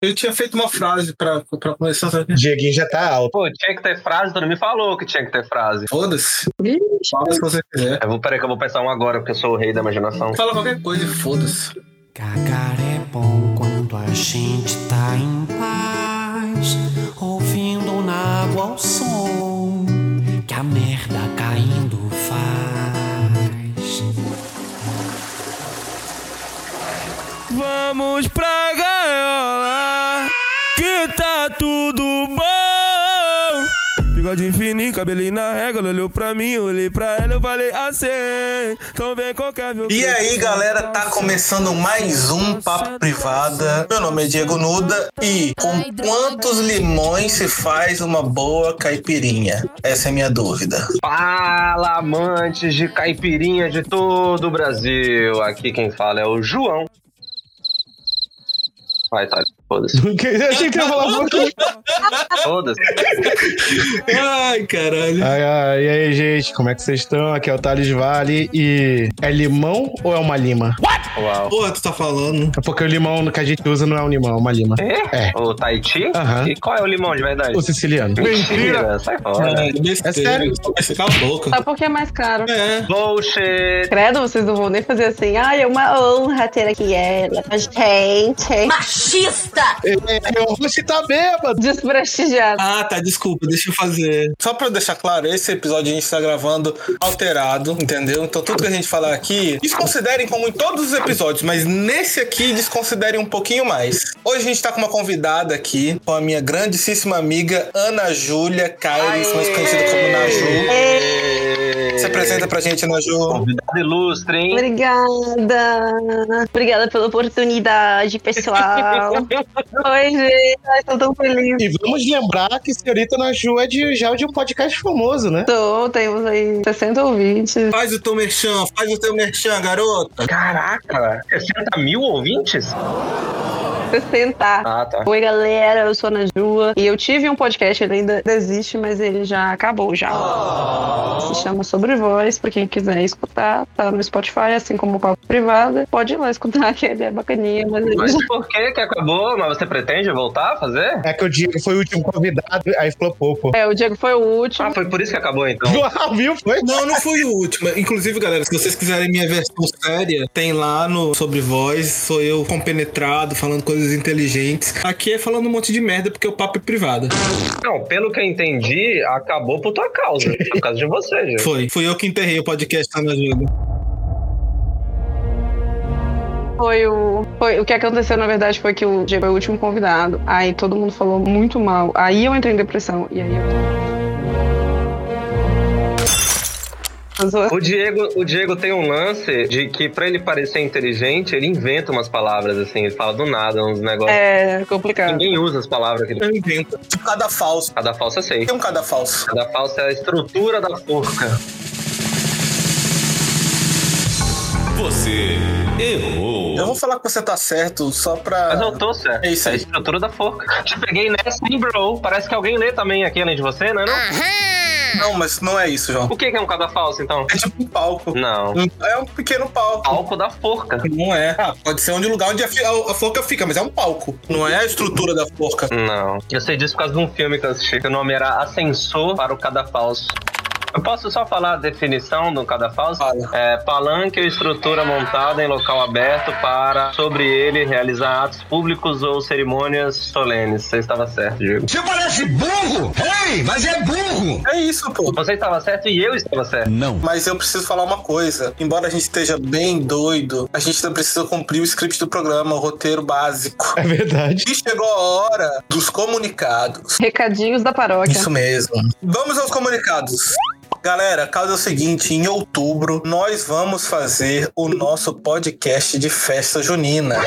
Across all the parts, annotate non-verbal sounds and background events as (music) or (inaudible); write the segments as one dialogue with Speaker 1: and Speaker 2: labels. Speaker 1: Eu tinha feito uma frase pra, pra começar. sabe?
Speaker 2: Dieguinho já tá alto. (laughs)
Speaker 3: Pô, tinha que ter frase, tu não me falou que tinha que ter frase.
Speaker 1: Foda-se. Fala se você quiser.
Speaker 3: Eu vou, peraí que eu vou pensar um agora, porque eu sou o rei da imaginação.
Speaker 1: Fala qualquer coisa e foda-se.
Speaker 4: Cagar é bom quando a gente tá em paz, ouvindo na água o som que a merda caindo faz.
Speaker 5: Vamos pra gaiola, que tá tudo bom. Bigode infinito, cabelinho na régua, ela olhou pra mim, eu olhei pra ela, eu falei assim. Então vem qualquer viu?
Speaker 6: E aí, galera, tá começando mais um Papo Privada. Meu nome é Diego Nuda e com quantos limões se faz uma boa caipirinha? Essa é a minha dúvida.
Speaker 3: Fala, amantes de caipirinha de todo o Brasil. Aqui quem fala é o João. Vai, tá. Foda-se.
Speaker 2: Eu achei que ia falar por quê.
Speaker 3: Foda-se.
Speaker 1: Ai, caralho.
Speaker 2: Ai, ai, e aí, gente, como é que vocês estão? Aqui é o Thales Vale e. É limão ou é uma lima?
Speaker 3: Uau.
Speaker 1: Porra, tu tá falando.
Speaker 2: É porque o limão que a gente usa não é um limão, é uma lima.
Speaker 3: É?
Speaker 2: É.
Speaker 3: O Tahiti?
Speaker 2: Aham.
Speaker 3: E qual é o limão de verdade?
Speaker 2: O siciliano.
Speaker 3: Mentira. Sai fora.
Speaker 1: Caralho, besteira.
Speaker 2: É sério?
Speaker 1: Mas cala a boca.
Speaker 7: Só porque é mais caro.
Speaker 1: É.
Speaker 3: Bullshit.
Speaker 7: Credo, vocês não vão nem fazer assim. Ai, é uma honra ter aqui ela. com A gente.
Speaker 2: Eu vou citar bêbado.
Speaker 7: Desprestigiado.
Speaker 1: Ah, tá, desculpa, deixa eu fazer.
Speaker 6: Só pra eu deixar claro, esse episódio a gente tá gravando alterado, entendeu? Então tudo que a gente falar aqui, desconsiderem como em todos os episódios, mas nesse aqui desconsiderem um pouquinho mais. Hoje a gente tá com uma convidada aqui, com a minha grandíssima amiga Ana Júlia Caires, mais conhecida como Naju. Se apresenta pra gente, Naju.
Speaker 3: Convidado ilustre, hein?
Speaker 7: Obrigada. Obrigada pela oportunidade, pessoal. Oi, gente. Ai, estou tão feliz.
Speaker 2: E vamos lembrar que senhorita Naju é de, já é de um podcast famoso, né?
Speaker 7: Tô, temos aí 60 ouvintes.
Speaker 1: Faz o teu merchan, faz o teu merchan, garota.
Speaker 3: Caraca, 60 mil ouvintes?
Speaker 7: 60.
Speaker 3: Ah, tá.
Speaker 7: Oi, galera. Eu sou a Najua. E eu tive um podcast, ele ainda existe, mas ele já acabou já. Se chama Sobre Voz, pra quem quiser escutar. Tá no Spotify, assim como o Papo Privada. Pode ir lá escutar, (laughs) que ele é bacaninha, mas ele
Speaker 3: Mas por que que acabou? Mas você pretende voltar a fazer?
Speaker 2: É que o Diego foi o último convidado, aí falou pouco.
Speaker 7: É, o Diego foi o último.
Speaker 3: Ah, foi por isso que acabou então.
Speaker 2: (laughs) Viu? Foi?
Speaker 1: Não, não fui o último. Inclusive, galera, se vocês quiserem minha versão séria, tem lá no Sobre Voz. Sou eu compenetrado, falando coisas inteligentes. Aqui é falando um monte de merda porque o papo é privado.
Speaker 3: Não, pelo que eu entendi, acabou por tua causa. Por causa de você, gente.
Speaker 1: Foi. Fui eu que enterrei o podcast lá na ajuda.
Speaker 7: Foi o. Foi, o que aconteceu, na verdade, foi que o Diego foi o último convidado. Aí todo mundo falou muito mal. Aí eu entrei em depressão. E aí eu. Eu sou-
Speaker 3: O Diego, o Diego tem um lance de que, pra ele parecer inteligente, ele inventa umas palavras, assim. Ele fala do nada uns negócios.
Speaker 7: É complicado.
Speaker 3: Ninguém usa as palavras que ele
Speaker 1: Eu invento.
Speaker 6: Um Cada falso.
Speaker 3: Cada falsa eu sei.
Speaker 6: Tem um cada falso.
Speaker 3: Cada falsa é a estrutura da forca.
Speaker 5: Você errou.
Speaker 6: Eu vou falar que você tá certo só pra.
Speaker 3: Mas eu tô certo.
Speaker 6: É isso aí.
Speaker 3: É a estrutura da forca. (laughs) Te peguei nessa, hein, bro? Parece que alguém lê também aqui além de você, né? Não?
Speaker 6: Não, mas não é isso, João.
Speaker 3: O que que é um cada falsa, então?
Speaker 6: É tipo um palco.
Speaker 3: Não.
Speaker 6: É um pequeno palco.
Speaker 3: Palco da forca.
Speaker 6: Não é. Ah, pode ser onde o lugar onde a, fi- a- a forca fica, mas é um palco. Não é a estrutura da forca.
Speaker 3: Não. Eu sei disso por causa de um filme que eu assisti, que o nome era Ascensor para o Cadafalso. Eu posso só falar a definição do cadafalso?
Speaker 6: Fala.
Speaker 3: É palanque ou estrutura montada em local aberto para, sobre ele, realizar atos públicos ou cerimônias solenes. Você estava certo, Diego.
Speaker 6: É isso, pô.
Speaker 3: Você estava certo e eu estava certo.
Speaker 6: Mas eu preciso falar uma coisa. Embora a gente esteja bem doido, a gente ainda precisa cumprir o script do programa, o roteiro básico.
Speaker 2: É verdade.
Speaker 6: E chegou a hora dos comunicados.
Speaker 7: Recadinhos da paróquia.
Speaker 6: Isso mesmo. Vamos aos comunicados. Galera, caso é o seguinte, em outubro nós vamos fazer o nosso podcast de festa junina.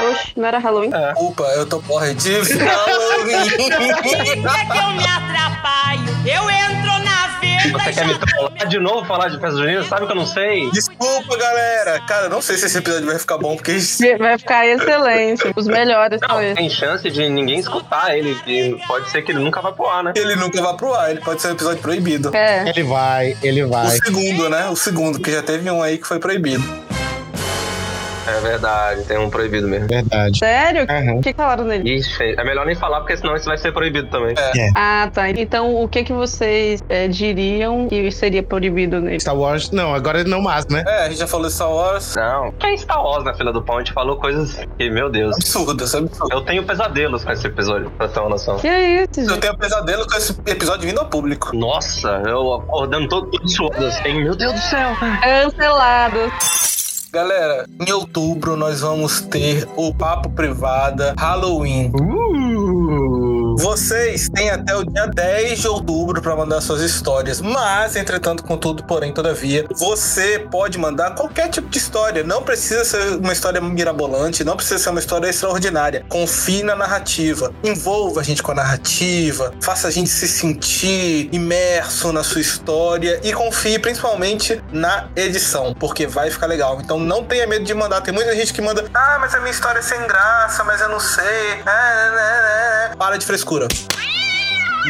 Speaker 7: Oxe, não era Halloween?
Speaker 6: Desculpa, eu tô porra de (laughs) Halloween.
Speaker 8: É que eu me atrapalho, eu entro na venda
Speaker 3: Você
Speaker 8: e
Speaker 3: quer me
Speaker 8: já
Speaker 3: trollar de novo falar de festa junina? Sabe que eu não sei?
Speaker 6: Desculpa, galera. Cara, eu não sei se esse episódio vai ficar bom, porque (laughs)
Speaker 7: Vai ficar excelente. Os melhores,
Speaker 3: Não, é
Speaker 7: talvez.
Speaker 3: tem chance de ninguém escutar ele. e pode ser que ele nunca vá pro ar, né?
Speaker 6: ele nunca vai pro ar. Ele pode ser um episódio proibido.
Speaker 7: É.
Speaker 2: Ele vai, ele
Speaker 6: O
Speaker 2: vai.
Speaker 6: segundo, né? O segundo, porque já teve um aí que foi proibido.
Speaker 3: É verdade, tem um proibido mesmo.
Speaker 2: Verdade.
Speaker 7: Sério? O
Speaker 2: Aham.
Speaker 7: que falaram nele?
Speaker 3: Ixi, é melhor nem falar, porque senão isso vai ser proibido também.
Speaker 7: Ah, tá. Então, o que que vocês eh, diriam que seria proibido nele?
Speaker 2: Star Wars, não, agora não mais, (laughs) né?
Speaker 6: É, a gente já falou de Star Wars.
Speaker 3: Não, quem é Star Wars na fila do pão, a gente falou coisas que, meu Deus.
Speaker 6: Absurdo, isso é absurdo.
Speaker 3: Eu tenho pesadelos com esse episódio, pra ter uma noção.
Speaker 7: Que é isso,
Speaker 6: Eu
Speaker 7: gente?
Speaker 6: tenho pesadelo com esse episódio vindo ao público.
Speaker 3: Nossa, eu acordando todo todo suado assim, meu Deus do céu.
Speaker 7: Cancelado.
Speaker 6: Galera, em outubro nós vamos ter o Papo Privada Halloween. Uh! Vocês têm até o dia 10 de outubro para mandar suas histórias. Mas, entretanto, contudo, porém, todavia, você pode mandar qualquer tipo de história. Não precisa ser uma história mirabolante, não precisa ser uma história extraordinária. Confie na narrativa. Envolva a gente com a narrativa. Faça a gente se sentir imerso na sua história. E confie principalmente na edição, porque vai ficar legal. Então não tenha medo de mandar. Tem muita gente que manda. Ah, mas a minha história é sem graça, mas eu não sei. Ah, né, né, né." Para de frescura.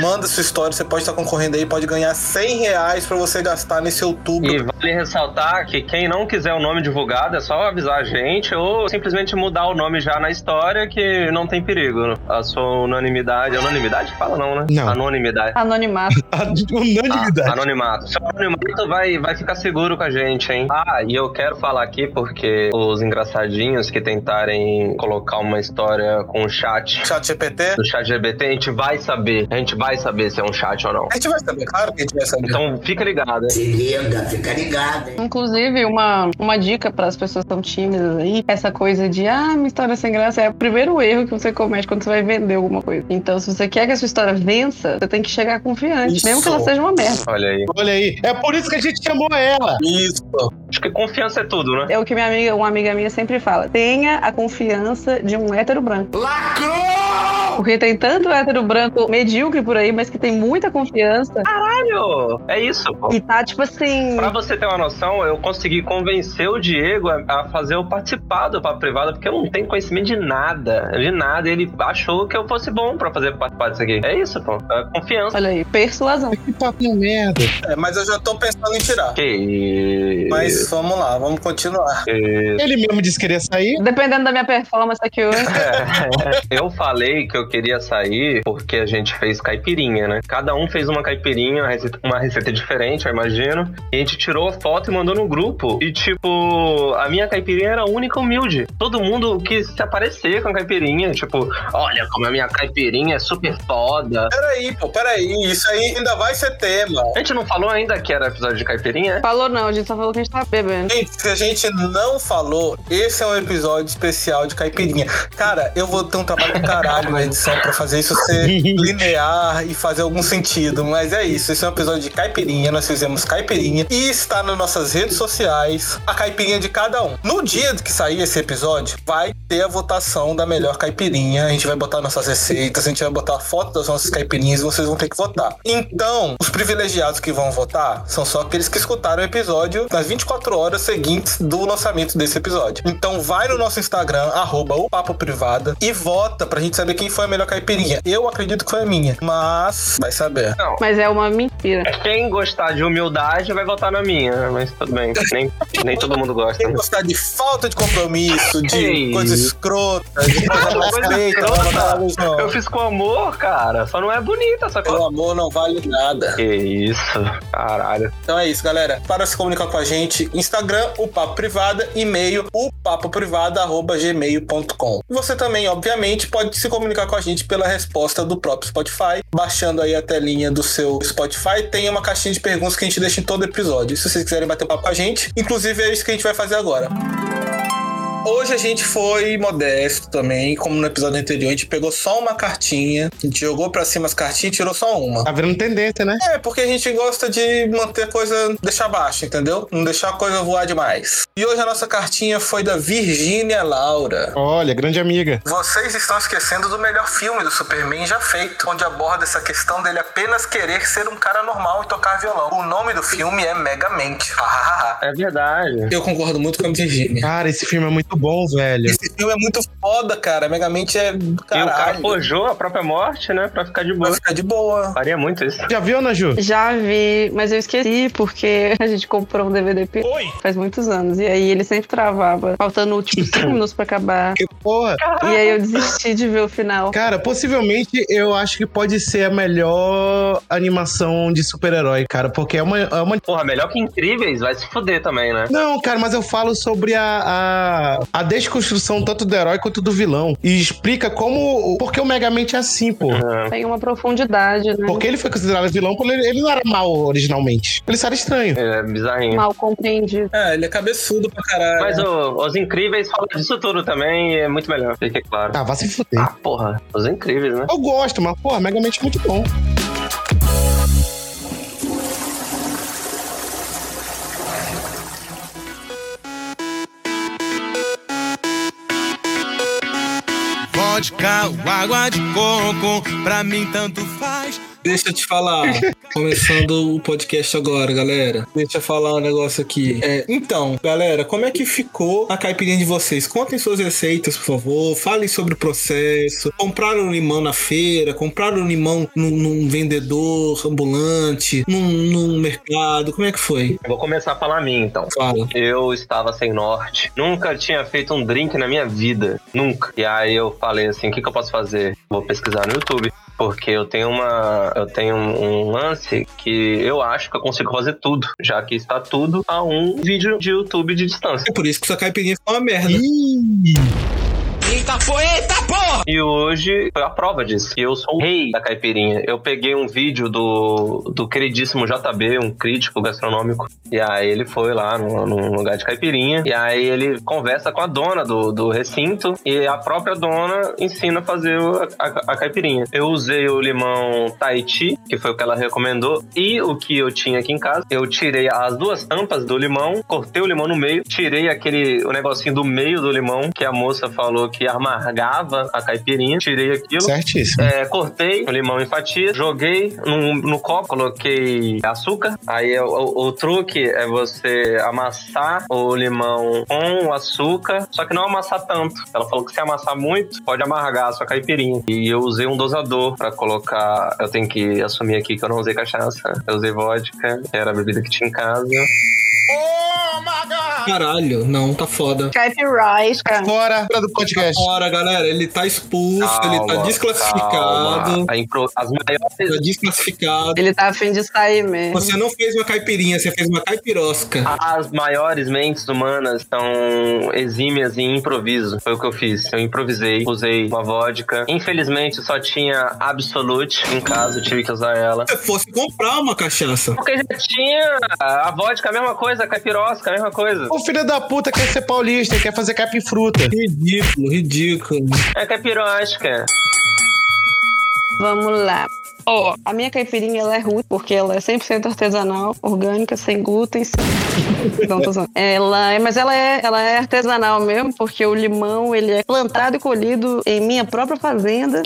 Speaker 6: Manda sua história, você pode estar concorrendo aí, pode ganhar 100 reais pra você gastar nesse outubro.
Speaker 3: E vale ressaltar que quem não quiser o nome divulgado é só avisar a gente ou simplesmente mudar o nome já na história que não tem perigo. A sua unanimidade. Anonimidade? Fala não, né?
Speaker 2: Não.
Speaker 3: Anonimidade.
Speaker 7: Anonimato.
Speaker 3: Ah,
Speaker 2: Unanimidade.
Speaker 3: anonimato. Seu anonimato vai, vai ficar seguro com a gente, hein? Ah, e eu quero falar aqui porque os engraçadinhos que tentarem colocar uma história com o chat
Speaker 6: Chat GPT.
Speaker 3: do chat GBT, a gente vai saber. A gente vai saber se é um chat ou não.
Speaker 6: A gente vai saber, claro que a gente vai saber.
Speaker 3: Então fica ligado. hein?
Speaker 7: Inclusive, uma, uma dica para as pessoas que são tímidas aí, essa coisa de, ah, minha história é sem graça, é o primeiro erro que você comete quando você vai vender alguma coisa. Então, se você quer que a sua história vença, você tem que chegar confiante,
Speaker 6: Isso.
Speaker 7: mesmo que ela seja uma merda.
Speaker 3: Olha aí.
Speaker 2: Olha aí. É por isso que a gente chamou ela.
Speaker 6: Isso.
Speaker 3: Acho que confiança é tudo, né?
Speaker 7: É o que minha amiga, uma amiga minha sempre fala: tenha a confiança de um hétero branco. Lacrou! Porque tem tanto hétero branco medíocre por aí, mas que tem muita confiança
Speaker 3: Caralho! É isso, pô.
Speaker 7: e tá tipo assim.
Speaker 3: Pra você ter uma noção, eu consegui convencer o Diego a, a fazer eu participar do Papo Privado, porque eu não tenho conhecimento de nada, de nada. Ele achou que eu fosse bom pra fazer participar disso aqui. É isso, pô. É confiança.
Speaker 7: Olha aí, persuasão.
Speaker 2: Que papinho merda.
Speaker 6: É, mas eu já tô pensando em tirar.
Speaker 3: Que isso.
Speaker 6: Mas vamos lá, vamos continuar.
Speaker 2: Ele mesmo disse que queria sair.
Speaker 7: Dependendo da minha performance aqui hoje.
Speaker 3: É. eu falei que eu queria sair porque a gente fez caipirinha, né? Cada um fez uma caipirinha, uma receita, uma receita diferente, eu imagino. E a gente tirou a foto e mandou no grupo. E, tipo, a minha caipirinha era única e humilde. Todo mundo quis se aparecer com a caipirinha. Tipo, olha como a minha caipirinha é super foda.
Speaker 6: Peraí, pô, peraí. Isso aí ainda vai ser tema.
Speaker 3: A gente não falou ainda que era episódio de caipirinha, é?
Speaker 7: Falou não, a gente só falou que a gente tá bebendo.
Speaker 6: Gente, se a gente não falou, esse é um episódio especial de caipirinha. Cara, eu vou ter um trabalho do caralho na edição pra fazer isso ser linear e fazer algum sentido. Mas é isso, esse é um episódio de caipirinha. Nós fizemos caipirinha e está nas nossas redes sociais a caipirinha de cada um. No dia que sair esse episódio, vai ter a votação da melhor caipirinha. A gente vai botar nossas receitas, a gente vai botar foto das nossas caipirinhas e vocês vão ter que votar. Então, os privilegiados que vão votar são só aqueles que escutaram o episódio nas 24 horas seguintes do lançamento desse episódio. Então vai no nosso Instagram, arroba o Papo Privada, e vota pra gente saber quem foi a melhor caipirinha. Eu acredito que foi a minha, mas vai saber.
Speaker 7: Mas é uma mentira.
Speaker 3: Quem gostar de humildade vai votar na minha, né? mas tudo bem. Nem, nem todo mundo gosta.
Speaker 6: Quem
Speaker 3: né?
Speaker 6: gostar de falta de compromisso, de
Speaker 3: Ei.
Speaker 6: coisa escrota, de coisa mal
Speaker 3: Coisa
Speaker 6: feita,
Speaker 3: escrota.
Speaker 6: vai votar na luz, não.
Speaker 3: Eu fiz com amor, cara. Só não é bonita essa coisa.
Speaker 6: Pelo amor, não vale nada.
Speaker 3: Que isso, caralho.
Speaker 6: Então é isso, galera. Para se comunicar com a gente, Instagram, o Papo Privada, e-mail, o papoprivada.gmail.com. Você também, obviamente, pode se comunicar com a gente pela resposta do próprio Spotify, baixando aí a telinha do seu Spotify. Tem uma caixinha de perguntas que a gente deixa em todo episódio. Se vocês quiserem bater um papo com a gente, inclusive é isso que a gente vai fazer agora. Hoje a gente foi modesto também, como no episódio anterior, a gente pegou só uma cartinha, a gente jogou pra cima as cartinhas e tirou só uma.
Speaker 2: (laughs) Tá virando tendência, né?
Speaker 6: É, porque a gente gosta de manter a coisa, deixar baixo, entendeu? Não deixar a coisa voar demais. E hoje a nossa cartinha foi da Virgínia Laura.
Speaker 2: Olha, grande amiga.
Speaker 6: Vocês estão esquecendo do melhor filme do Superman já feito, onde aborda essa questão dele apenas querer ser um cara normal e tocar violão. O nome do filme é Megamente.
Speaker 3: É verdade.
Speaker 6: Eu concordo muito com a Virgínia.
Speaker 2: Cara, esse filme é muito bom, velho.
Speaker 6: Esse filme é muito foda, cara. Megamente é. do
Speaker 3: E o um cara
Speaker 6: Caralho.
Speaker 3: forjou a própria morte, né? Pra ficar de
Speaker 6: Vai
Speaker 3: boa.
Speaker 6: ficar de boa.
Speaker 3: Faria muito isso.
Speaker 2: Já viu, Ana Ju?
Speaker 7: Já vi, mas eu esqueci porque (laughs) a gente comprou um DVD pe- faz muitos anos. E aí ele sempre travava, faltando tipo 5 minutos pra acabar.
Speaker 2: Que porra.
Speaker 7: E aí eu desisti de ver o final.
Speaker 2: Cara, possivelmente eu acho que pode ser a melhor animação de super-herói, cara, porque é uma, é uma
Speaker 3: Porra, melhor que Incríveis, vai se fuder também, né?
Speaker 2: Não, cara, mas eu falo sobre a, a, a desconstrução tanto do herói quanto do vilão. E explica como. Porque o Megamente é assim, pô.
Speaker 7: Tem uma profundidade, né?
Speaker 2: Porque ele foi considerado vilão quando ele, ele não era mal originalmente. Ele só era estranho.
Speaker 3: É bizarrinho.
Speaker 7: Mal compreendido.
Speaker 6: É, ele é cabeçudo pra caralho.
Speaker 3: Mas o- os Incríveis falam disso tudo também e é muito melhor, fica claro.
Speaker 2: Ah, vai se fuder.
Speaker 3: Ah, porra, os Incríveis, né?
Speaker 2: Eu gosto, mas, porra, Megamente é muito bom.
Speaker 5: Vodka, água de coco, pra mim tanto faz.
Speaker 1: Deixa eu te falar. Começando o podcast agora, galera. Deixa eu falar um negócio aqui. É, então, galera, como é que ficou a caipirinha de vocês? Contem suas receitas, por favor. Falem sobre o processo. Compraram limão na feira? Compraram limão num, num vendedor ambulante? Num, num mercado? Como é que foi?
Speaker 3: Vou começar a falar a mim, então.
Speaker 1: Fala.
Speaker 3: Eu estava sem norte. Nunca tinha feito um drink na minha vida. Nunca. E aí eu falei assim: o que, que eu posso fazer? Vou pesquisar no YouTube. Porque eu tenho uma. Eu tenho um um lance que eu acho que eu consigo fazer tudo. Já que está tudo a um vídeo de YouTube de distância.
Speaker 1: É por isso que sua caipirinha ficou uma merda.
Speaker 3: E hoje foi a prova disso. E eu sou o rei da caipirinha. Eu peguei um vídeo do, do queridíssimo JB, um crítico gastronômico. E aí ele foi lá num, num lugar de caipirinha. E aí ele conversa com a dona do, do recinto. E a própria dona ensina a fazer o- a, a- a caipirinha. Eu usei o limão Tahiti, que foi o que ela recomendou. E o que eu tinha aqui em casa. Eu tirei as duas tampas do limão, cortei o limão no meio, tirei aquele o negocinho do meio do limão, que a moça falou que amargava a caipirinha. Tirei aquilo.
Speaker 2: Certíssimo.
Speaker 3: É, cortei o limão em fatias, joguei no, no copo, coloquei açúcar. Aí é o, o- o truque é você amassar o limão com o açúcar, só que não amassar tanto. Ela falou que se amassar muito, pode amargar a sua caipirinha. E eu usei um dosador pra colocar. Eu tenho que assumir aqui que eu não usei cachaça, eu usei vodka, que era a bebida que tinha em casa.
Speaker 1: Caralho, não, tá foda.
Speaker 7: Copyright, cara.
Speaker 2: Fora fora do podcast.
Speaker 1: Ora, galera, ele tá expulso, ele tá
Speaker 3: Calma,
Speaker 1: desclassificado.
Speaker 3: calma. A impro- As maiores
Speaker 1: Tá desclassificado.
Speaker 7: Ele tá afim de sair
Speaker 3: É.
Speaker 7: mesmo.
Speaker 1: Você não fez uma caipirinha, você fez uma caipirosca.
Speaker 3: As maiores mentes humanas são exímias em improviso. Foi o que eu fiz. Eu improvisei, usei uma vodka. Infelizmente, só tinha Absolute em casa, eu tive que usar ela.
Speaker 1: Se fosse comprar uma cachaça.
Speaker 3: Porque já tinha a vodka, a mesma coisa, a caipirosca, a mesma coisa.
Speaker 2: O filho da puta quer ser paulista, quer fazer capifruta.
Speaker 1: Ridículo, (laughs) ridículo.
Speaker 3: É caipirosca.
Speaker 7: Vamos lá. Ó, a minha caipirinha ela é ruim, porque ela é 100% artesanal, orgânica, sem glúten, sem (laughs) Não, tô zoando. Ela é, mas ela é, ela é artesanal mesmo, porque o limão ele é plantado e colhido em minha própria fazenda.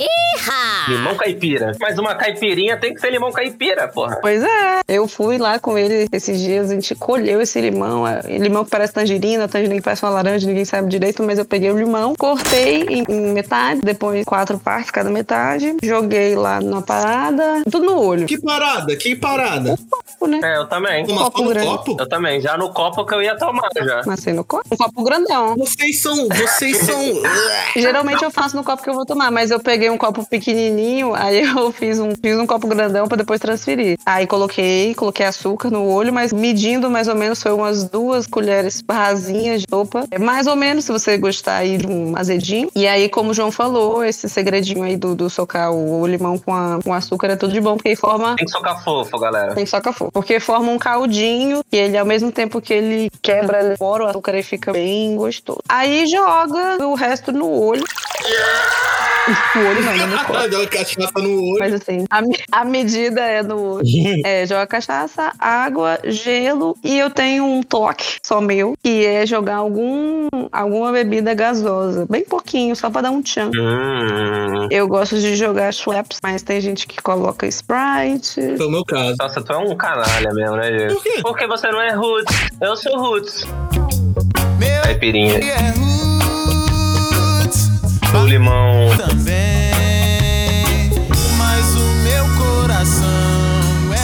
Speaker 3: Limão caipira. Mas uma caipirinha tem que ser limão caipira, porra.
Speaker 7: Pois é, eu fui lá com ele esses dias, a gente colheu esse limão, é, limão que parece tangerina, tangerina que parece uma laranja, ninguém sabe direito, mas eu peguei o limão, cortei em, em metade, depois quatro partes cada metade, joguei lá na parada, tudo no olho,
Speaker 1: Que parada, que parada.
Speaker 7: né?
Speaker 3: É, eu também.
Speaker 1: Tomar
Speaker 7: copo
Speaker 1: só no
Speaker 7: grande.
Speaker 1: copo?
Speaker 3: Eu também. Já no copo que eu ia tomar, já.
Speaker 7: Mas assim, no copo, um copo grandão.
Speaker 1: Vocês são, vocês são.
Speaker 7: Geralmente eu faço no copo que eu vou tomar, mas eu peguei um copo pequenininho, (laughs) aí eu fiz um, fiz um copo grandão pra depois transferir. Aí coloquei, coloquei açúcar no olho, mas medindo mais ou menos foi umas duas colheres rasinhas de sopa. É mais ou menos, se você gostar aí de um azedinho. E aí, como o João falou, esse segredinho aí do, do socar o, o limão com, a- com açúcar é tudo de bom, porque aí forma
Speaker 3: Tem que socar fofo, galera.
Speaker 7: tem que socar fogo. Porque forma um caldinho e ele, ao mesmo tempo que ele quebra ele fora, o açúcar ele fica bem gostoso. Aí joga o resto no olho. (laughs) No olho não, né?
Speaker 1: Deu uma cachaça no olho.
Speaker 7: Mas assim, a, me- a medida é no olho. É, joga cachaça, água, gelo e eu tenho um toque só meu, que é jogar algum, alguma bebida gasosa. Bem pouquinho, só pra dar um tchan.
Speaker 3: Hum.
Speaker 7: Eu gosto de jogar Schweppes, mas tem gente que coloca Sprite.
Speaker 1: Foi o meu caso.
Speaker 3: Nossa, tu é um canalha mesmo, né, gente?
Speaker 1: Por quê?
Speaker 3: Porque você não é Roots. Eu sou Roots. Caipirinha.
Speaker 5: É ruim.
Speaker 9: é
Speaker 3: do limão.
Speaker 9: também. Mas o meu coração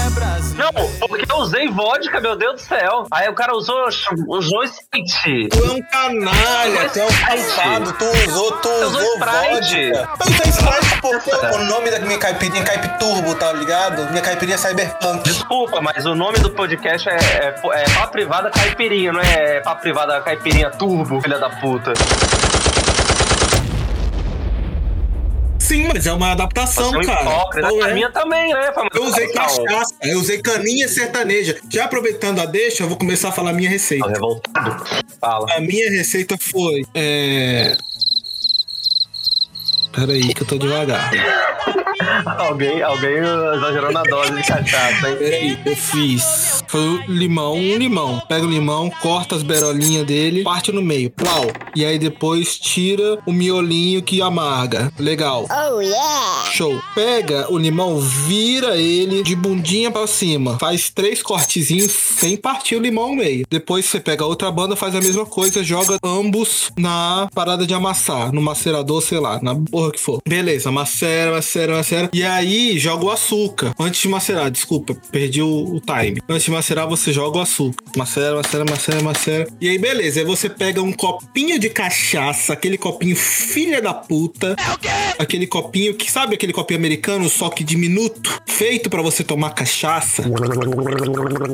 Speaker 9: é Brasil.
Speaker 3: Não, porque eu usei vodka, meu Deus do céu. Aí o cara usou, usou Sprite.
Speaker 10: Tu é um canalha, tu é um safado, tu usou, tu
Speaker 3: Eu
Speaker 10: usou
Speaker 3: usou Sprite.
Speaker 10: vodka. Eu usei Sprite porque o nome da minha caipirinha é Caip Turbo, tá ligado? Minha caipirinha é Cyberpunk.
Speaker 3: Desculpa, mas o nome do podcast é, é, é Pá Privada Caipirinha, não é Pá Privada Caipirinha Turbo, filha da puta.
Speaker 6: Sim, mas é uma adaptação,
Speaker 3: Você é um
Speaker 6: cara.
Speaker 3: hipócrita.
Speaker 6: Ou
Speaker 3: A
Speaker 6: é?
Speaker 3: minha também, né? famosa
Speaker 6: Eu usei
Speaker 3: casal?
Speaker 6: cachaça, eu usei caninha sertaneja. Já aproveitando a deixa, eu vou começar a falar a minha
Speaker 3: Tá
Speaker 6: receita.
Speaker 3: Revoltado. Fala.
Speaker 6: A minha receita foi. É. Peraí, que eu tô devagar.
Speaker 3: É, Alguém, alguém exagerou na dose de cachaça, hein?
Speaker 6: Peraí, eu fiz fruto, limão, um limão. Pega o limão, corta as berolinhas dele, parte no meio, plau. E aí depois tira o miolinho que amarga. Legal.
Speaker 11: Oh yeah!
Speaker 6: Show. Pega o limão, vira ele de bundinha pra cima. Faz três cortezinhos sem partir o limão ao meio. Depois você pega outra banda, faz a mesma coisa, joga ambos na parada de amassar, no macerador, sei lá, na porra que for. Beleza, macera, macera, macera. E aí joga o açúcar. Antes de macerar, desculpa, perdi o, o time. Antes de macerar, você joga o açúcar. Macera, macera, macera, macera. E aí, beleza. Aí você pega um copinho de cachaça, aquele copinho filha da puta aquele copinho que sabe aquele copinho americano só que diminuto feito pra você tomar cachaça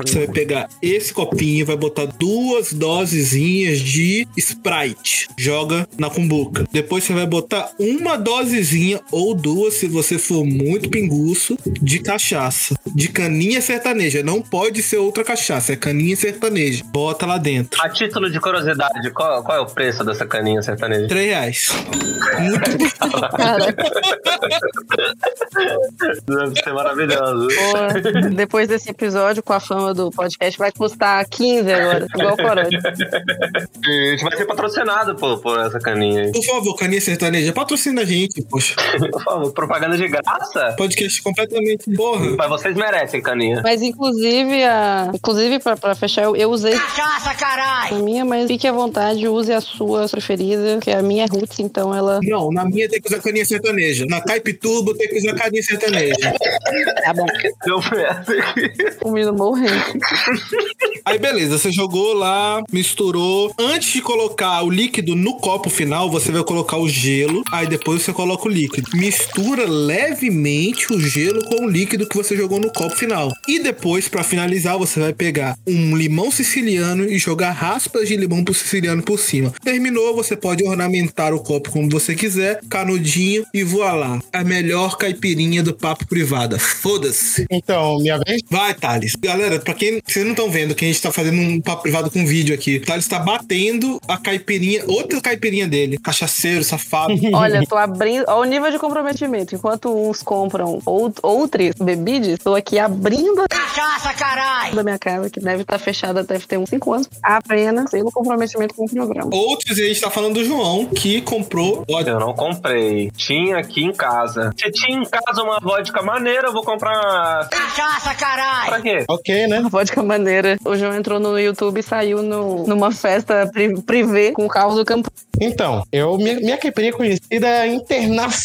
Speaker 6: você vai pegar esse copinho e vai botar duas dosezinhas de Sprite joga na cumbuca depois você vai botar uma dosezinha ou duas se você for muito pinguço de cachaça de caninha sertaneja não pode ser outra cachaça é caninha sertaneja bota lá dentro
Speaker 3: A título de curiosidade, qual, qual é o preço dessa caninha sertaneja?
Speaker 6: três reais muito bom.
Speaker 7: Cara,
Speaker 3: Deve ser maravilhoso.
Speaker 7: pô, depois desse episódio, com a fama do podcast, vai custar 15 agora, igual o Corone.
Speaker 3: A gente vai ser patrocinado por, por essa caninha aí.
Speaker 6: por favor caninha sertaneja patrocina a gente poxa
Speaker 3: Por favor, propaganda de graça?
Speaker 6: podcast completamente porra.
Speaker 3: Mas vocês merecem caninha.
Speaker 7: Mas inclusive, a... inclusive pra, pra fechar, eu, eu usei
Speaker 12: Cachaça, carai!
Speaker 7: a minha, mas fique à vontade, use a sua preferida, que a minha é Roots, então ela
Speaker 6: Não, na minha tem que usar caninha sertaneja. Na Type Turbo tem que usar caninha sertaneja.
Speaker 7: tá bom.
Speaker 3: Eu mereço.
Speaker 7: O menino morrendo.
Speaker 6: Aí beleza, você jogou lá, misturou. Antes de colocar o líquido no copo final, você vai colocar o gelo. Aí depois você coloca o líquido. Mistura levemente o gelo com o líquido que você jogou no copo final. E depois, pra finalizar, você vai pegar um limão siciliano e jogar raspas de limão pro siciliano por cima. Terminou, você pode ornamentar o copo como você quiser, canudinho e voa lá. A melhor caipirinha do papo privada. Foda-se.
Speaker 2: (laughs) Então, minha vez?
Speaker 6: Vai, Thales. Galera, pra quem vocês não estão vendo, que a gente tá fazendo um papo privado com vídeo aqui. O Thales tá batendo a caipirinha, outra caipirinha dele. Cachaceiro, safado.
Speaker 7: Olha, tô abrindo. Olha o nível de comprometimento. Enquanto uns compram out- outras bebidas, tô aqui abrindo a
Speaker 12: Cachaça, carai!
Speaker 7: da minha casa, que deve estar fechada, deve ter uns 5 anos, apenas pelo comprometimento com o programa.
Speaker 6: Outros, e a gente tá falando do João, que comprou. Olha,
Speaker 3: Eu não comprei. Tinha aqui em casa. Se tinha em casa uma vodka maneira, eu vou comprar.
Speaker 12: Cachaça, carai!
Speaker 3: Pra quê?
Speaker 2: Ok, né?
Speaker 7: (laughs) A vodka maneira. O João entrou no YouTube e saiu no, numa festa pri- privê com o Carlos do Campo.
Speaker 2: Então, eu, minha, minha caipirinha é conhecida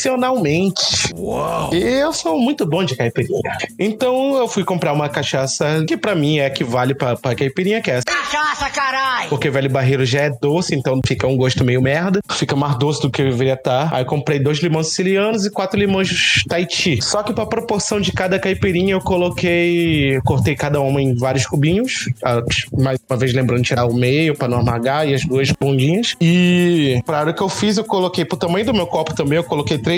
Speaker 2: internacionalmente. Uau! Eu sou muito bom de caipirinha. Então, eu fui comprar uma cachaça que pra mim é a que vale pra, pra caipirinha, que é essa.
Speaker 12: Cachaça, carai!
Speaker 2: Porque velho barreiro já é doce, então fica um gosto meio merda. Fica mais doce do que eu deveria estar. Aí eu comprei dois limões sicilianos e quatro limões Tahiti. Só que pra proporção de cada caipirinha, eu coloquei. eu Cortei cada uma em vários cubinhos. Ah, Mais uma vez lembrando de tirar o meio pra não amargar e as duas bundinhas. E pra hora que eu fiz, eu coloquei pro tamanho do meu copo também, eu coloquei três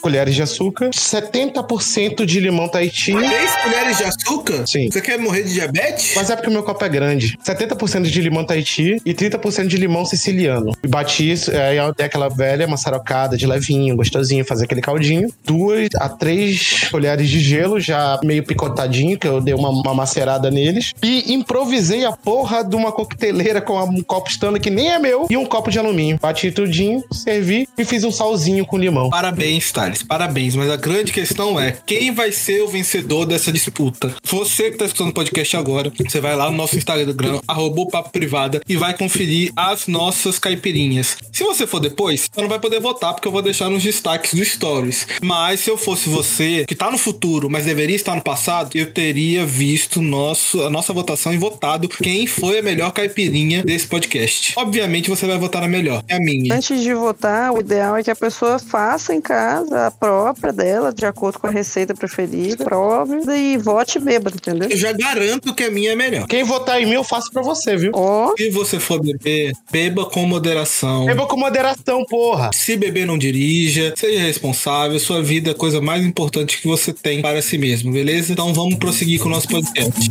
Speaker 2: colheres de açúcar, 70% de limão Tahiti.
Speaker 6: três colheres de açúcar?
Speaker 2: É. Sim.
Speaker 6: Você quer morrer de diabetes?
Speaker 2: Mas é porque o meu copo é grande. 70% de limão Tahiti e 30% de limão siciliano. E bati isso, é, aí eu dei aquela velha maçarocada de levinho, gostosinho, fazer aquele caldinho. Duas a três colheres de gelo, já meio picotadinho, que eu dei uma, uma macerada neles. E improvisei improvisei a porra de uma coqueteleira com um copo Stanley que nem é meu e um copo de alumínio. Bati tudinho, servi e fiz um salzinho com limão.
Speaker 1: Parabéns, Thales, parabéns. Mas a grande questão é: quem vai ser o vencedor dessa disputa? Você que tá escutando o podcast agora, você vai lá no nosso Instagram, arroba o papo privada, e vai conferir as nossas caipirinhas. Se você for depois, você não vai poder votar, porque eu vou deixar nos destaques do Stories. Mas se eu fosse você, que tá no futuro, mas deveria estar no passado, eu teria visto nosso, a nossa votação e votado quem foi a melhor caipirinha desse podcast. Obviamente você vai votar na melhor, é a minha.
Speaker 7: Antes de votar, o ideal é que a pessoa faça em casa a própria dela, de acordo com a receita preferida, prove e vote bêbado, entendeu?
Speaker 1: Eu já garanto que a minha é melhor.
Speaker 2: Quem votar em mim, eu faço pra você, viu?
Speaker 7: Ó,
Speaker 1: Se você for beber, beba com
Speaker 6: Hum.
Speaker 1: moderação.
Speaker 2: Beba É com moderação, porra.
Speaker 1: Se beber, não dirija, seja responsável. Sua vida é a coisa mais importante que você tem para si mesmo, beleza? Então vamos prosseguir com o nosso podcast.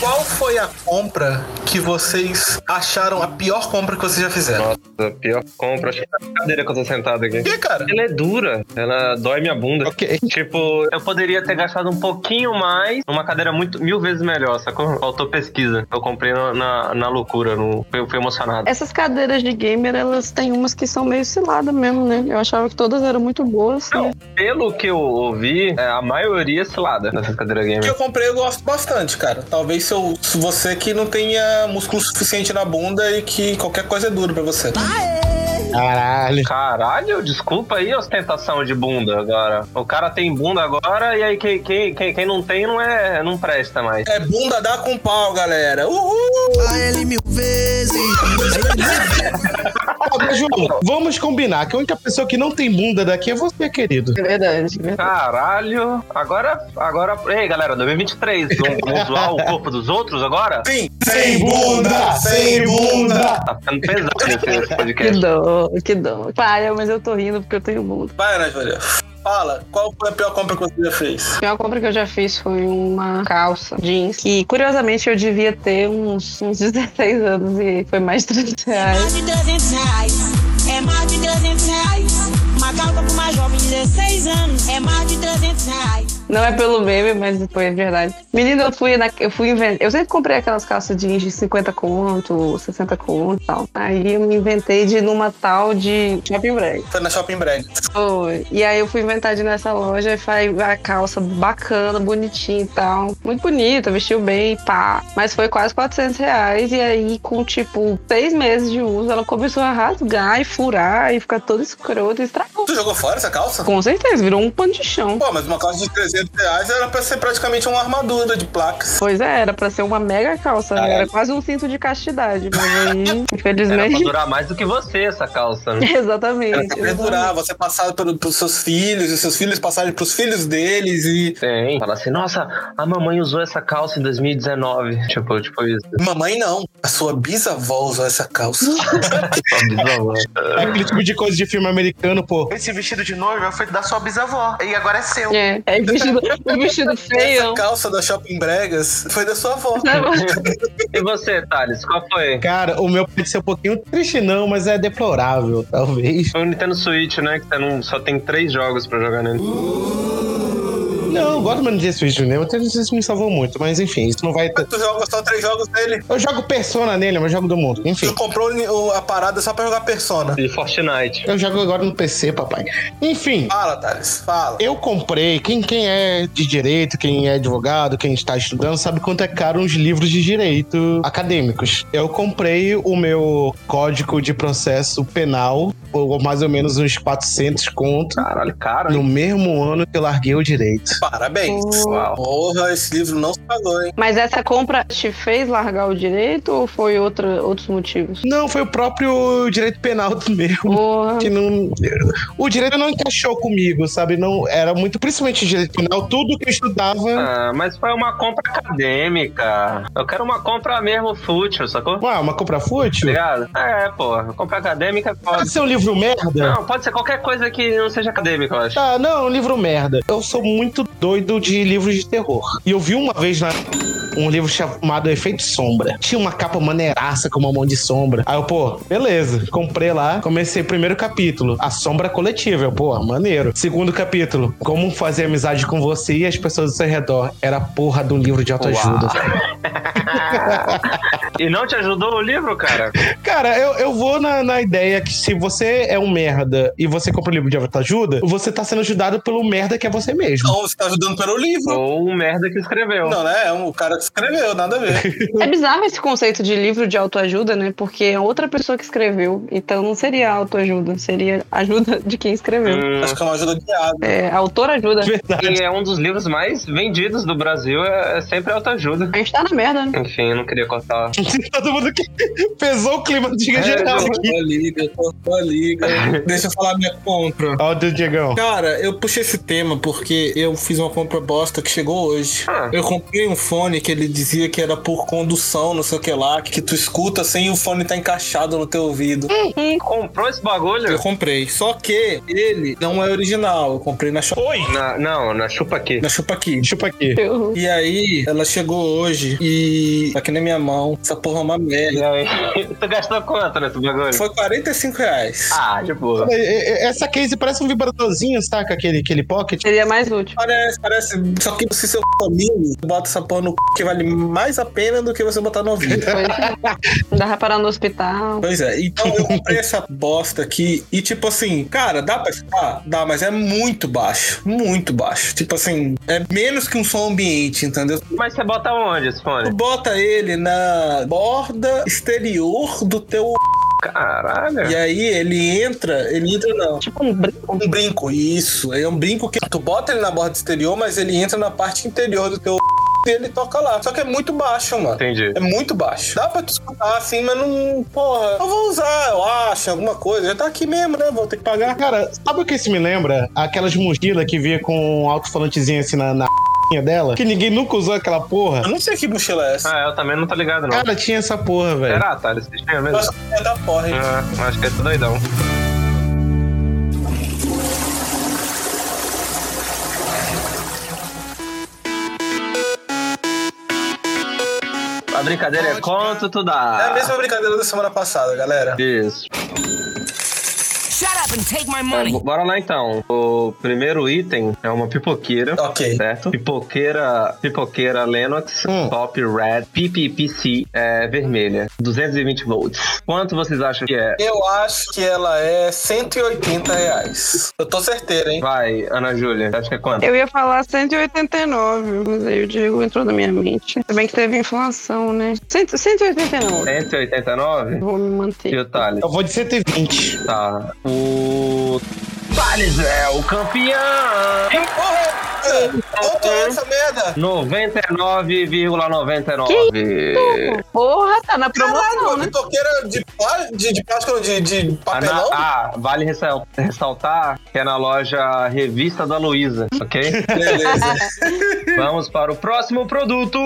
Speaker 6: Qual foi a compra que vocês acharam a pior compra que vocês já fizeram?
Speaker 3: Nossa, pior compra. Acho que é a cadeira que eu tô sentado aqui.
Speaker 6: O que, cara?
Speaker 3: Ela é dura, ela dói minha bunda.
Speaker 2: Ok.
Speaker 3: Tipo, eu poderia ter gastado um pouquinho mais numa cadeira muito mil vezes melhor, sacou? Faltou pesquisa. Eu comprei na, na, na loucura, no, fui, fui emocionado.
Speaker 7: Essas cadeiras de gamer, elas têm umas que são meio cilada mesmo, né? Eu achava que todas eram muito boas. né?
Speaker 3: Pelo que eu ouvi, é, a maioria é cilada nessas cadeiras
Speaker 6: O que
Speaker 3: gamer.
Speaker 6: eu comprei eu gosto bastante, cara. Talvez se eu- se você que não tenha músculo suficiente na bunda e que qualquer coisa é duro pra você.
Speaker 2: Caralho.
Speaker 3: Caralho, desculpa aí a ostentação de bunda agora. O cara tem bunda agora e aí quem, quem, quem, quem não tem não é não presta mais.
Speaker 6: É bunda dá com pau, galera. Uhul!
Speaker 13: A ele mil vezes.
Speaker 2: Ah, mas, João, vamos combinar que a única pessoa que não tem bunda daqui é você, querido.
Speaker 7: É verdade, é verdade.
Speaker 3: Caralho, agora, agora, ei galera, 2023, vamos, vamos zoar o corpo dos outros agora?
Speaker 6: Sim! Sem bunda! Sem bunda!
Speaker 3: Tá ficando pesado esse, esse
Speaker 7: Que
Speaker 3: podcast.
Speaker 7: dó, que dó. Paia, mas eu tô rindo porque eu tenho mudo.
Speaker 6: Vai, Ana Júlia. Fala, qual foi a pior compra que você já fez?
Speaker 7: A pior compra que eu já fiz foi uma calça jeans, que curiosamente eu devia ter uns, uns 16 anos e foi mais de 300 reais.
Speaker 8: de 300 reais. É mais de 300 reais. Uma calça pra uma jovem de 16 anos. É mais de 300 reais.
Speaker 7: Não é pelo meme, mas foi verdade. Menina, eu fui, na, eu fui inventar. Eu sempre comprei aquelas calças jeans de 50 conto, 60 conto e tal. Aí eu me inventei de ir numa tal de shopping brag.
Speaker 6: Foi na Shopping Brand.
Speaker 7: Foi. E aí eu fui inventar de ir nessa loja e falei, a calça bacana, bonitinha e tal. Muito bonita, vestiu bem, pá. Mas foi quase 400 reais. E aí, com tipo seis meses de uso, ela começou a rasgar e furar e ficar toda escrota e estragou.
Speaker 6: Tu jogou fora essa calça?
Speaker 7: Com certeza, virou um pano de chão.
Speaker 6: Pô, mas uma calça de 300 reais era pra ser praticamente uma armadura de placas.
Speaker 7: Pois é, era pra ser uma mega calça, né? era quase um cinto de castidade, mas
Speaker 6: (laughs)
Speaker 7: aí,
Speaker 3: Era pra
Speaker 7: infelizmente.
Speaker 3: durar mais do que você essa calça, né?
Speaker 6: Era
Speaker 7: (laughs) Exatamente.
Speaker 6: pra perdurar, você passar pelo, pros seus filhos, e os seus filhos passarem pros filhos deles e.
Speaker 3: Tem. Fala assim, nossa, a mamãe usou essa calça em 2019. Tipo, tipo isso.
Speaker 6: Mamãe não, a sua bisavó usou essa calça.
Speaker 3: Só bisavó.
Speaker 2: É aquele tipo de coisa de filme americano, pô. Esse vestido de noiva foi da sua bisavó. E agora é seu.
Speaker 7: É, é vestido, um vestido
Speaker 6: Essa
Speaker 7: feio.
Speaker 6: calça da Shopping Bregas foi da sua avó.
Speaker 3: E você, Thales, qual foi?
Speaker 2: Cara, o meu pode ser um pouquinho triste, não, mas é deplorável, talvez.
Speaker 3: Foi o Nintendo Switch, né? Que você não, só tem três jogos pra jogar né? nele.
Speaker 2: Não, eu gosto do Nintendo Switch, né? O Nintendo Switch me salvou muito, mas enfim, isso não vai. ter-
Speaker 6: Tu joga só três jogos dele.
Speaker 2: Eu jogo Persona nele, mas jogo do mundo. Enfim.
Speaker 6: Tu comprou o- a parada só pra jogar Persona.
Speaker 3: E Fortnite.
Speaker 2: Eu jogo agora no PC, papai. Enfim.
Speaker 6: Fala, Thales, fala.
Speaker 2: Eu comprei, quem, quem é de direito, quem é advogado, quem está estudando, sabe quanto é caro uns livros de direito acadêmicos. Eu comprei o meu código de processo penal por mais ou menos uns 400 conto
Speaker 3: Caralho, cara.
Speaker 2: no mesmo ano que eu larguei o direito.
Speaker 6: Parabéns.
Speaker 3: Uau.
Speaker 6: Porra, esse livro não se pagou, hein?
Speaker 7: Mas essa compra te fez largar o direito ou foi outra, outros motivos?
Speaker 2: Não, foi o próprio direito penal do meu.
Speaker 7: Porra.
Speaker 2: Que não, o direito não encaixou comigo, sabe? Não era muito, principalmente direito penal, tudo que eu estudava.
Speaker 3: Ah, mas foi uma compra acadêmica. Eu quero uma compra mesmo fútil, sacou?
Speaker 2: Ué, Ah, uma compra fútil?
Speaker 3: Ligado? É, pô. Compra acadêmica é
Speaker 2: Pode
Speaker 3: pode.
Speaker 2: ser um livro merda?
Speaker 3: Não, pode ser qualquer coisa que não seja acadêmica, eu acho.
Speaker 2: Tá, não, é um livro merda. Eu sou muito doido de livros de terror. E eu vi uma vez na um livro chamado Efeito Sombra. Tinha uma capa maneiraça com uma mão de sombra. Aí eu, pô, beleza. Comprei lá, comecei primeiro capítulo, a sombra coletiva. Eu, pô, maneiro. Segundo capítulo, como fazer amizade com você e as pessoas ao seu redor. Era a porra do livro de autoajuda.
Speaker 3: E não te ajudou o livro, cara?
Speaker 2: Cara, eu, eu vou na, na ideia que se você é um merda e você compra um livro de autoajuda, você tá sendo ajudado pelo merda que é você mesmo.
Speaker 6: Não, você tá ajudando pelo livro.
Speaker 3: Ou o um merda que escreveu.
Speaker 6: Não, né? É um cara que escreveu, nada a
Speaker 1: (laughs)
Speaker 6: ver.
Speaker 7: É bizarro esse conceito de livro de autoajuda, né? Porque é outra pessoa que escreveu. Então não seria autoajuda, seria ajuda de quem escreveu.
Speaker 3: Hum,
Speaker 6: Acho que é uma ajuda guiada.
Speaker 7: É,
Speaker 2: (laughs)
Speaker 7: autor ajuda.
Speaker 3: e é um dos livros mais vendidos do Brasil, é, é sempre autoajuda.
Speaker 7: A gente tá na merda, né?
Speaker 3: Enfim, eu não queria cortar.
Speaker 2: Todo mundo que (laughs) pesou o clima do Diga Geral.
Speaker 6: Cortou a liga, cortou a liga. Deixa eu falar minha compra.
Speaker 2: Ó, o do Diegão.
Speaker 1: Cara, eu puxei esse tema porque eu fiz uma compra bosta que chegou hoje.
Speaker 3: Ah.
Speaker 1: Eu comprei um fone que ele dizia que era por condução, não sei o que lá, que tu escuta sem o fone tá encaixado no teu ouvido.
Speaker 6: Hum.
Speaker 3: Comprou esse
Speaker 1: Eu
Speaker 3: bagulho?
Speaker 1: comprei. Só que ele não é original. Eu comprei na, Shop-
Speaker 3: Na- não, na chupa aqui.
Speaker 1: na Chupa Kid.
Speaker 2: Chupa aqui.
Speaker 7: Eu-
Speaker 1: E aí, ela chegou hoje e tá aqui na minha mão. Essa porra é uma
Speaker 3: E
Speaker 1: merda.
Speaker 3: aí? (laughs) tu gastou quanto nesse bagulho?
Speaker 1: Foi 45 reais.
Speaker 3: Ah, de boa.
Speaker 2: É, é, é, Essa case parece um vibradorzinho, saca? Aquele, aquele pocket.
Speaker 7: Seria mais útil.
Speaker 1: Parece, parece. Só que se seu mini, bota essa porra no c... que vale mais a pena do que você botar no
Speaker 7: (laughs)
Speaker 1: ouvido.
Speaker 7: Pois é. Dava parar no hospital.
Speaker 1: Pois é, então eu comprei essa bosta aqui e tipo assim, cara, dá pra escutar? Dá, mas é muito baixo, muito baixo. Tipo assim, é menos que um som ambiente, entendeu?
Speaker 3: Mas você bota onde esse
Speaker 1: Tu
Speaker 3: fone?
Speaker 1: bota ele na borda exterior do teu
Speaker 3: Caralho.
Speaker 1: e aí ele entra, ele entra não.
Speaker 7: Tipo um brinco.
Speaker 1: Um brinco, isso. É um brinco que tu bota ele na borda exterior, mas ele entra na parte interior do teu e ele toca lá. Só que é muito baixo, mano.
Speaker 3: Entendi.
Speaker 1: É muito baixo. Dá pra tu escutar assim, mas não. Porra, eu vou usar, eu acho, alguma coisa. Já tá aqui mesmo, né? Vou ter que pagar.
Speaker 2: Cara, sabe o que isso me lembra? Aquelas mochilas que vinha com um alto-falantezinho assim na, (laughs) na dela, que ninguém nunca usou aquela porra.
Speaker 6: Eu não sei que mochila é essa.
Speaker 3: Ah, eu também não tô ligado, não.
Speaker 2: Cara, tinha essa porra, velho.
Speaker 3: Será, Thales? Vocês têm
Speaker 6: Eu
Speaker 3: mesmo?
Speaker 6: acho que é da porra, hein?
Speaker 3: Ah, acho que é esse doidão. A brincadeira é quanto tu dá.
Speaker 6: É a mesma brincadeira da semana passada, galera.
Speaker 3: Isso. Então, bora lá então. O primeiro item é uma pipoqueira.
Speaker 6: Ok.
Speaker 3: Certo? Pipoqueira, pipoqueira Lennox,
Speaker 2: Hum.
Speaker 3: Top Red, PPPC é, vermelha, 220 volts. Quanto vocês acham que é?
Speaker 6: Eu acho que ela é 180 reais. Eu tô certeiro, hein?
Speaker 3: Vai, Ana Júlia, acho que é quanto?
Speaker 7: Eu ia falar 189, mas aí o Diego entrou na minha mente. Se bem que teve inflação, né? Cento- 189.
Speaker 3: 189?
Speaker 7: Vou
Speaker 3: E
Speaker 7: me manter.
Speaker 3: o Thales?
Speaker 2: Eu vou de 120.
Speaker 3: Tá. O Thales é o campeão!
Speaker 6: Que porra é essa? Quanto é essa merda?
Speaker 3: 99,99.
Speaker 7: Porra, tá na
Speaker 6: Caralho,
Speaker 7: promoção,
Speaker 6: uma
Speaker 7: né?
Speaker 6: pipoqueira de, plá- de, de plástico, não, de, de
Speaker 3: Ana-
Speaker 6: papelão?
Speaker 3: Ah, vale ressal- ressaltar que é na loja Revista da Luísa,
Speaker 6: (laughs)
Speaker 3: ok?
Speaker 6: Beleza.
Speaker 3: Vamos para o próximo produto!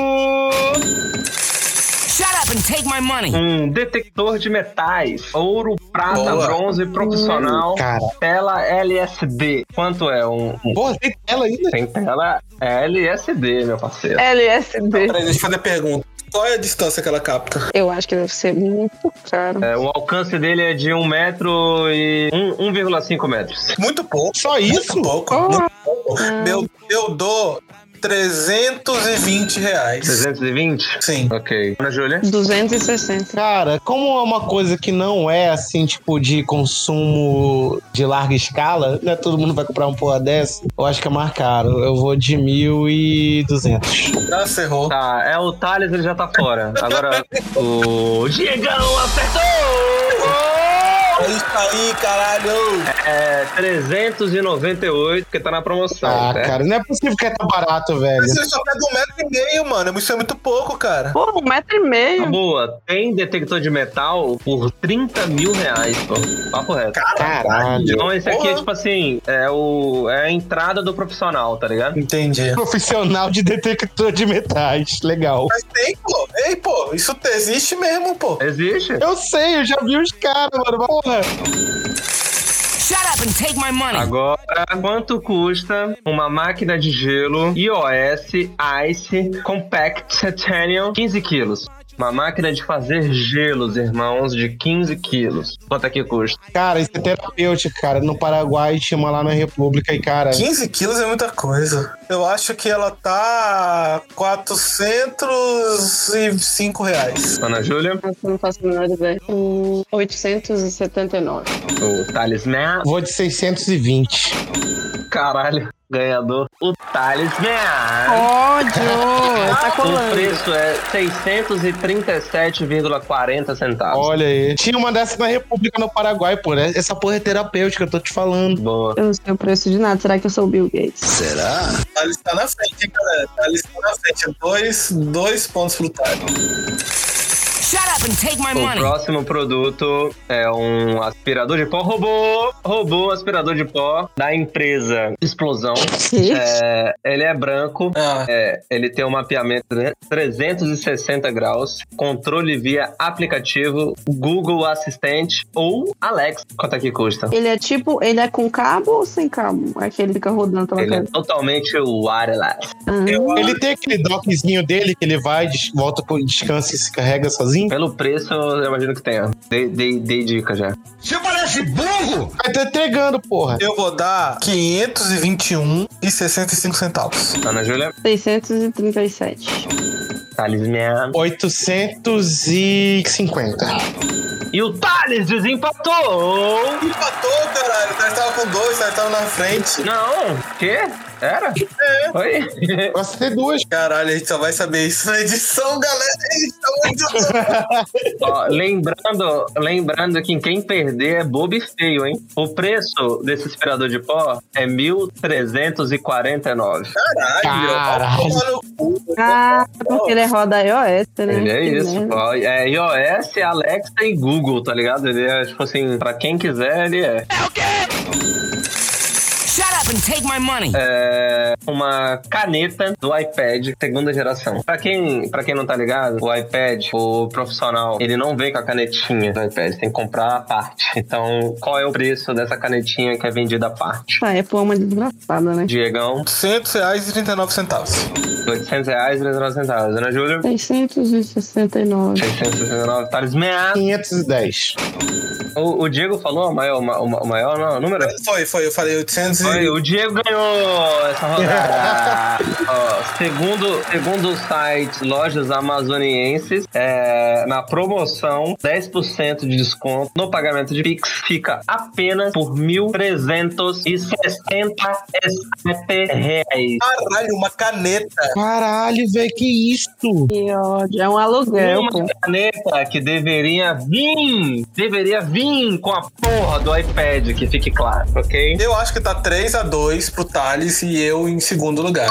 Speaker 3: Um detector de metais. Ouro, prata,
Speaker 6: Boa. Hum,
Speaker 3: bronze, profissional.
Speaker 2: Cara.
Speaker 3: Tela LSD. Quanto é um... um-
Speaker 2: Porra, tem tela ainda?
Speaker 3: Tem tela LSD, meu parceiro.
Speaker 7: LSD.
Speaker 6: Peraí, deixa eu fazer a pergunta. Qual é a distância que ela capta?
Speaker 7: Eu acho que deve ser muito caro.
Speaker 3: É, o alcance dele é de 1 metro e um- 1,5 metros.
Speaker 6: Muito pouco.
Speaker 2: Só isso?
Speaker 6: Muito pouco.
Speaker 7: Porra.
Speaker 6: Muito pouco. Eu, eu dou 320 reais.
Speaker 3: 320?
Speaker 6: Sim.
Speaker 3: Ok. Ana Júlia?
Speaker 7: 260.
Speaker 2: Cara, como é uma coisa que não é assim, tipo, de consumo de larga escala, né? Todo mundo vai comprar uma porra dessa. Eu acho que é mais caro. Eu vou de 1.200.
Speaker 6: Nossa, errou.
Speaker 3: Tá, é o Thales, ele já tá fora. Agora, o Diegão acertou!
Speaker 6: É isso aí, caralho.
Speaker 3: É 398, porque tá na promoção.
Speaker 2: Ah,
Speaker 3: né?
Speaker 2: cara, não é possível que é tão barato, velho.
Speaker 6: Você só pega um metro e meio, mano. Isso é muito pouco, cara.
Speaker 7: Porra, um metro e
Speaker 3: Tá
Speaker 7: meio.
Speaker 3: boa, tem detector de metal por 30 mil reais, pô. Papo reto.
Speaker 2: Caralho.
Speaker 3: Então esse aqui é
Speaker 6: Porra.
Speaker 3: tipo assim, é, o, é a entrada do profissional, tá ligado?
Speaker 6: Entendi.
Speaker 2: Profissional de detector de metais. Legal.
Speaker 6: Mas tem, pô. Ei, pô. Isso existe mesmo, pô.
Speaker 3: Existe?
Speaker 2: Eu sei, eu já vi os caras, mano. mas Porra.
Speaker 8: Shut up and take my money.
Speaker 3: Agora, quanto custa uma máquina de gelo iOS Ice Compact Titanium 15 quilos? Uma máquina de fazer gelos, irmãos, de 15 quilos. Quanto é que custa?
Speaker 2: Cara, isso é terapêutico, cara. No Paraguai tinha uma lá na República e, cara.
Speaker 6: 15 quilos é muita coisa. Eu acho que ela tá 405 reais.
Speaker 3: Ana Júlia?
Speaker 7: Nossa, eu não faço a menor ideia. Hum, 879.
Speaker 3: O talismã?
Speaker 2: Vou de 620.
Speaker 3: Caralho, ganhador. O talismã!
Speaker 7: Ódio! Tá
Speaker 3: O
Speaker 7: colando.
Speaker 3: preço é 637,40 centavos.
Speaker 2: Olha aí. Tinha uma dessa na República no Paraguai, pô. né? Essa porra é terapêutica, eu tô te falando.
Speaker 3: Boa.
Speaker 7: Eu não sei o preço de nada. Será que eu sou o Bill Gates?
Speaker 6: Thales tá na frente, hein, galera. Thales tá na frente. Dois, dois pontos pro Thales.
Speaker 8: Shut up and
Speaker 4: É
Speaker 8: take my
Speaker 3: O
Speaker 8: money.
Speaker 3: próximo produto é um aspirador de pó robô. Robô aspirador de pó da empresa Explosão.
Speaker 7: Que?
Speaker 3: É, ele é branco,
Speaker 6: Ah.
Speaker 3: é, ele tem um mapeamento de 360 graus, controle via aplicativo, Google Assistente ou Alexa. Quanto é que custa?
Speaker 7: Ele é tipo, ele é com cabo ou sem cabo? É que ele fica rodando pela
Speaker 3: Ele é
Speaker 7: casa.
Speaker 3: totalmente wireless.
Speaker 7: Ah,
Speaker 2: Ele tem aquele dockzinho dele que ele vai, des- volta, pro- descansa e se carrega sozinho.
Speaker 3: Pelo preço, eu imagino que tenha. Dei, dei- dei dica já.
Speaker 2: Aí tá entregando, porra.
Speaker 6: Eu vou dar 521,65 centavos.
Speaker 3: Ana Júlia,
Speaker 7: 637.
Speaker 3: talismã.
Speaker 2: 850.
Speaker 3: E o Thales desempatou!
Speaker 6: Empatou, caralho. Thales tava com dois, Thales tava na frente.
Speaker 3: Não, quê? Era? Oi?
Speaker 2: Gosta de ter duas.
Speaker 6: Caralho, a gente só vai saber isso na edição, galera. A tá edição, a edição.
Speaker 3: Ó, lembrando, lembrando que quem perder é bobo e feio, hein? O preço desse aspirador de pó é 1.349.
Speaker 6: Caralho.
Speaker 2: Caralho.
Speaker 6: Toma no cu.
Speaker 7: Ah, é porque ele é roda iOS, né?
Speaker 3: Ele é
Speaker 7: Que
Speaker 3: isso,
Speaker 7: merda.
Speaker 3: pô. É iOS, Alexa e Google, tá ligado? Ele é, tipo assim, pra quem quiser, ele é.
Speaker 8: Shut up and take my money.
Speaker 3: É uma caneta do iPad segunda geração. Pra quem, pra quem não tá ligado, o iPad, o profissional, ele não vem com a canetinha do iPad, tem que comprar a parte. Então, qual é o preço dessa canetinha que é vendida à parte?
Speaker 7: Essa Apple é uma desgraçada, né?
Speaker 3: Diegão,
Speaker 6: R$ 100 reais e 39 centavos.
Speaker 3: 800 reais, 300 centavos. Ana Júlia,
Speaker 7: 669.
Speaker 3: 669 talismã.
Speaker 2: 510.
Speaker 3: O, o Diego falou o maior, o ma- o maior não, o número? é
Speaker 6: Foi, foi. Eu falei 800 e...
Speaker 3: Aí, o Diego ganhou essa rodada. Ó, segundo, segundo o site Lojas Amazonienses, é, na promoção, 10% de desconto no pagamento de Pix fica apenas por R$ 1.367 reais.
Speaker 6: Caralho, uma caneta.
Speaker 2: Caralho, velho, que isso?
Speaker 7: Que ódio. É um aluguel,
Speaker 3: uma
Speaker 7: pô.
Speaker 3: caneta que deveria vir, deveria vir com a porra do iPad, que fique claro, ok?
Speaker 6: Eu acho que tá 3x2 pro Thales e eu em segundo lugar.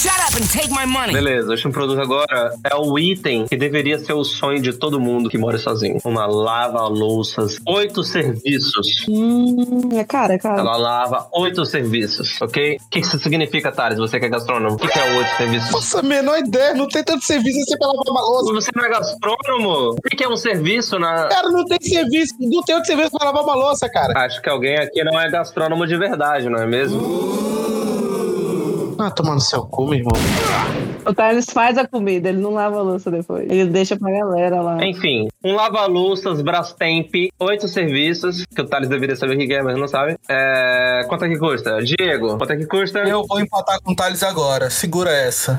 Speaker 8: Shut up and take my money.
Speaker 3: Beleza, o último produto agora é o item que deveria ser o sonho de todo mundo que mora sozinho. Uma lava-louças, oito serviços.
Speaker 7: Hum, é cara, é cara.
Speaker 3: Ela lava oito serviços, ok? O que que isso significa, Thales? Você que é gastrônomo, o que que é oito serviços?
Speaker 2: Nossa, a menor ideia. Não tem tanto serviço assim pra lavar uma louça.
Speaker 3: Você não é gastrônomo? O que que é um serviço na...
Speaker 2: Cara, não tem serviço. Não tem outro serviço pra lavar uma louça, cara.
Speaker 3: Acho que alguém aqui não é gastrônomo de verdade, não é mesmo?
Speaker 2: Ah, tomar no seu cu, meu irmão.
Speaker 7: O Thales faz a comida, ele não lava a louça depois. Ele deixa pra galera lá.
Speaker 3: Enfim, um lava-louças, Brastemp, oito serviços, que o Thales deveria saber o que que é, mas não sabe. É... Quanto é que custa? Diego, quanto é que custa?
Speaker 6: Eu vou empatar com o Thales agora. Segura essa.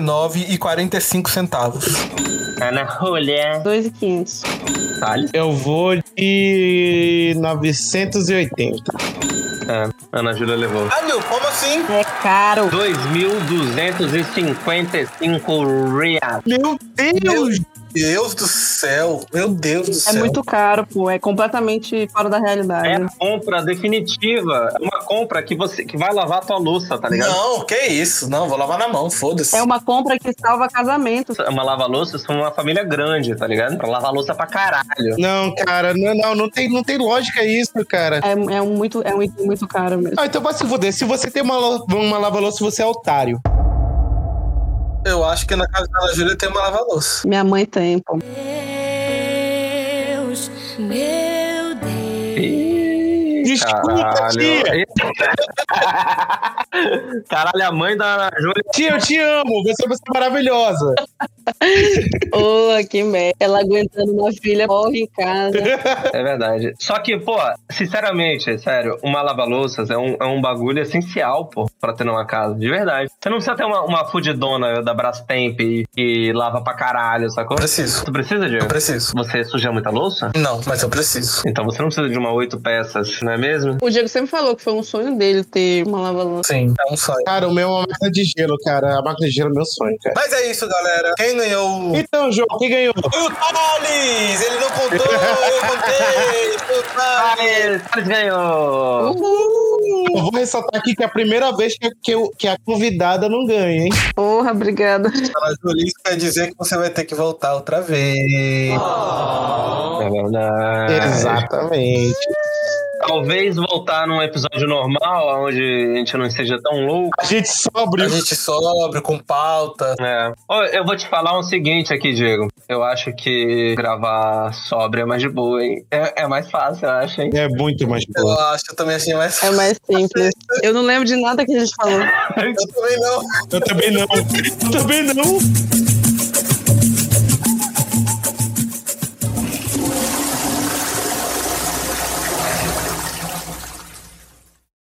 Speaker 6: 1.239,45 centavos.
Speaker 3: Ana É Rolha.
Speaker 7: 2,500.
Speaker 3: Thales.
Speaker 2: Eu vou de 980.
Speaker 3: É, Ana Júlia levou.
Speaker 6: Ah, meu, como assim?
Speaker 7: É caro.
Speaker 3: 2.255 reais.
Speaker 2: Meu Deus!
Speaker 6: Deus do céu. Meu Deus do
Speaker 7: É
Speaker 6: céu.
Speaker 7: muito caro, pô. É completamente fora da
Speaker 3: É a
Speaker 7: realidade.
Speaker 3: compra definitiva. É uma compra que você que vai lavar a tua louça, tá ligado?
Speaker 6: Não, que isso. Não, vou lavar na mão, foda-se.
Speaker 7: É, uma compra que salva casamento.
Speaker 3: É Uma lava-louça são uma família grande, tá ligado? Pra lavar louça pra caralho.
Speaker 2: Não, cara, não, não, não tem, não tem lógica isso, cara.
Speaker 7: É, é um muito, é um item muito caro mesmo.
Speaker 2: Ah, então vai se fuder. Se você tem uma, lo- uma lava-louça, você é otário.
Speaker 6: Eu acho que na casa da Ana Júlia tem uma lava-louça.
Speaker 7: Minha mãe tem, pô.
Speaker 8: Deus, meu
Speaker 3: Ih,
Speaker 2: Desculpa,
Speaker 3: caralho.
Speaker 2: tia.
Speaker 3: (laughs) Caralho, a mãe da Júlia.
Speaker 2: Tia, eu te amo. Você é uma pessoa maravilhosa.
Speaker 7: Ô, que merda. Ela aguentando uma filha, morre em casa.
Speaker 3: É verdade. Só que, pô, sinceramente, sério, uma lava-louças é um, é um bagulho essencial, pô, pra ter numa casa, de verdade. Você não precisa ter uma, uma fudidona da Brastemp e- que lava pra caralho, sacou?
Speaker 6: Preciso.
Speaker 3: Tu precisa, Diego?
Speaker 6: Eu preciso.
Speaker 3: Você suja muita louça?
Speaker 6: Não, mas eu preciso.
Speaker 3: Então você não precisa de uma oito peças, não é mesmo?
Speaker 7: O Diego sempre falou que foi um sonho dele ter uma lava-louça.
Speaker 6: Sim, é um sonho.
Speaker 2: Cara, o meu é uma máquina de gelo, cara. A máquina de gelo é meu sonho, cara.
Speaker 6: Mas é isso, galera. Quem ganhou?
Speaker 2: Então, João, quem ganhou?
Speaker 6: Foi o Thales! Ele não contou, eu contei!
Speaker 7: (laughs)
Speaker 6: Foi o Thales!
Speaker 3: Thales Thales ganhou!
Speaker 2: Eu vou ressaltar aqui que é a primeira vez que, que, eu- que a convidada não ganha, hein?
Speaker 7: Porra, obrigada.
Speaker 6: Mas, Júlio, isso quer dizer que você vai ter que voltar outra vez.
Speaker 3: É verdade.
Speaker 2: (laughs) Exatamente.
Speaker 3: Talvez voltar num episódio normal, onde a gente não seja tão louco.
Speaker 2: A gente sobre.
Speaker 6: A gente sobra com pauta.
Speaker 3: É. Ó, Eu vou te falar um seguinte aqui, Diego. Eu acho que gravar sóbrio é mais de boa, hein? É, é mais fácil, eu acho, hein?
Speaker 2: É muito mais
Speaker 6: Eu
Speaker 2: boa.
Speaker 6: acho, eu também assim, achei mais. (laughs)
Speaker 7: É mais simples. Eu não lembro de nada que a gente falou.
Speaker 6: Eu também não.
Speaker 2: Eu também não. Também não.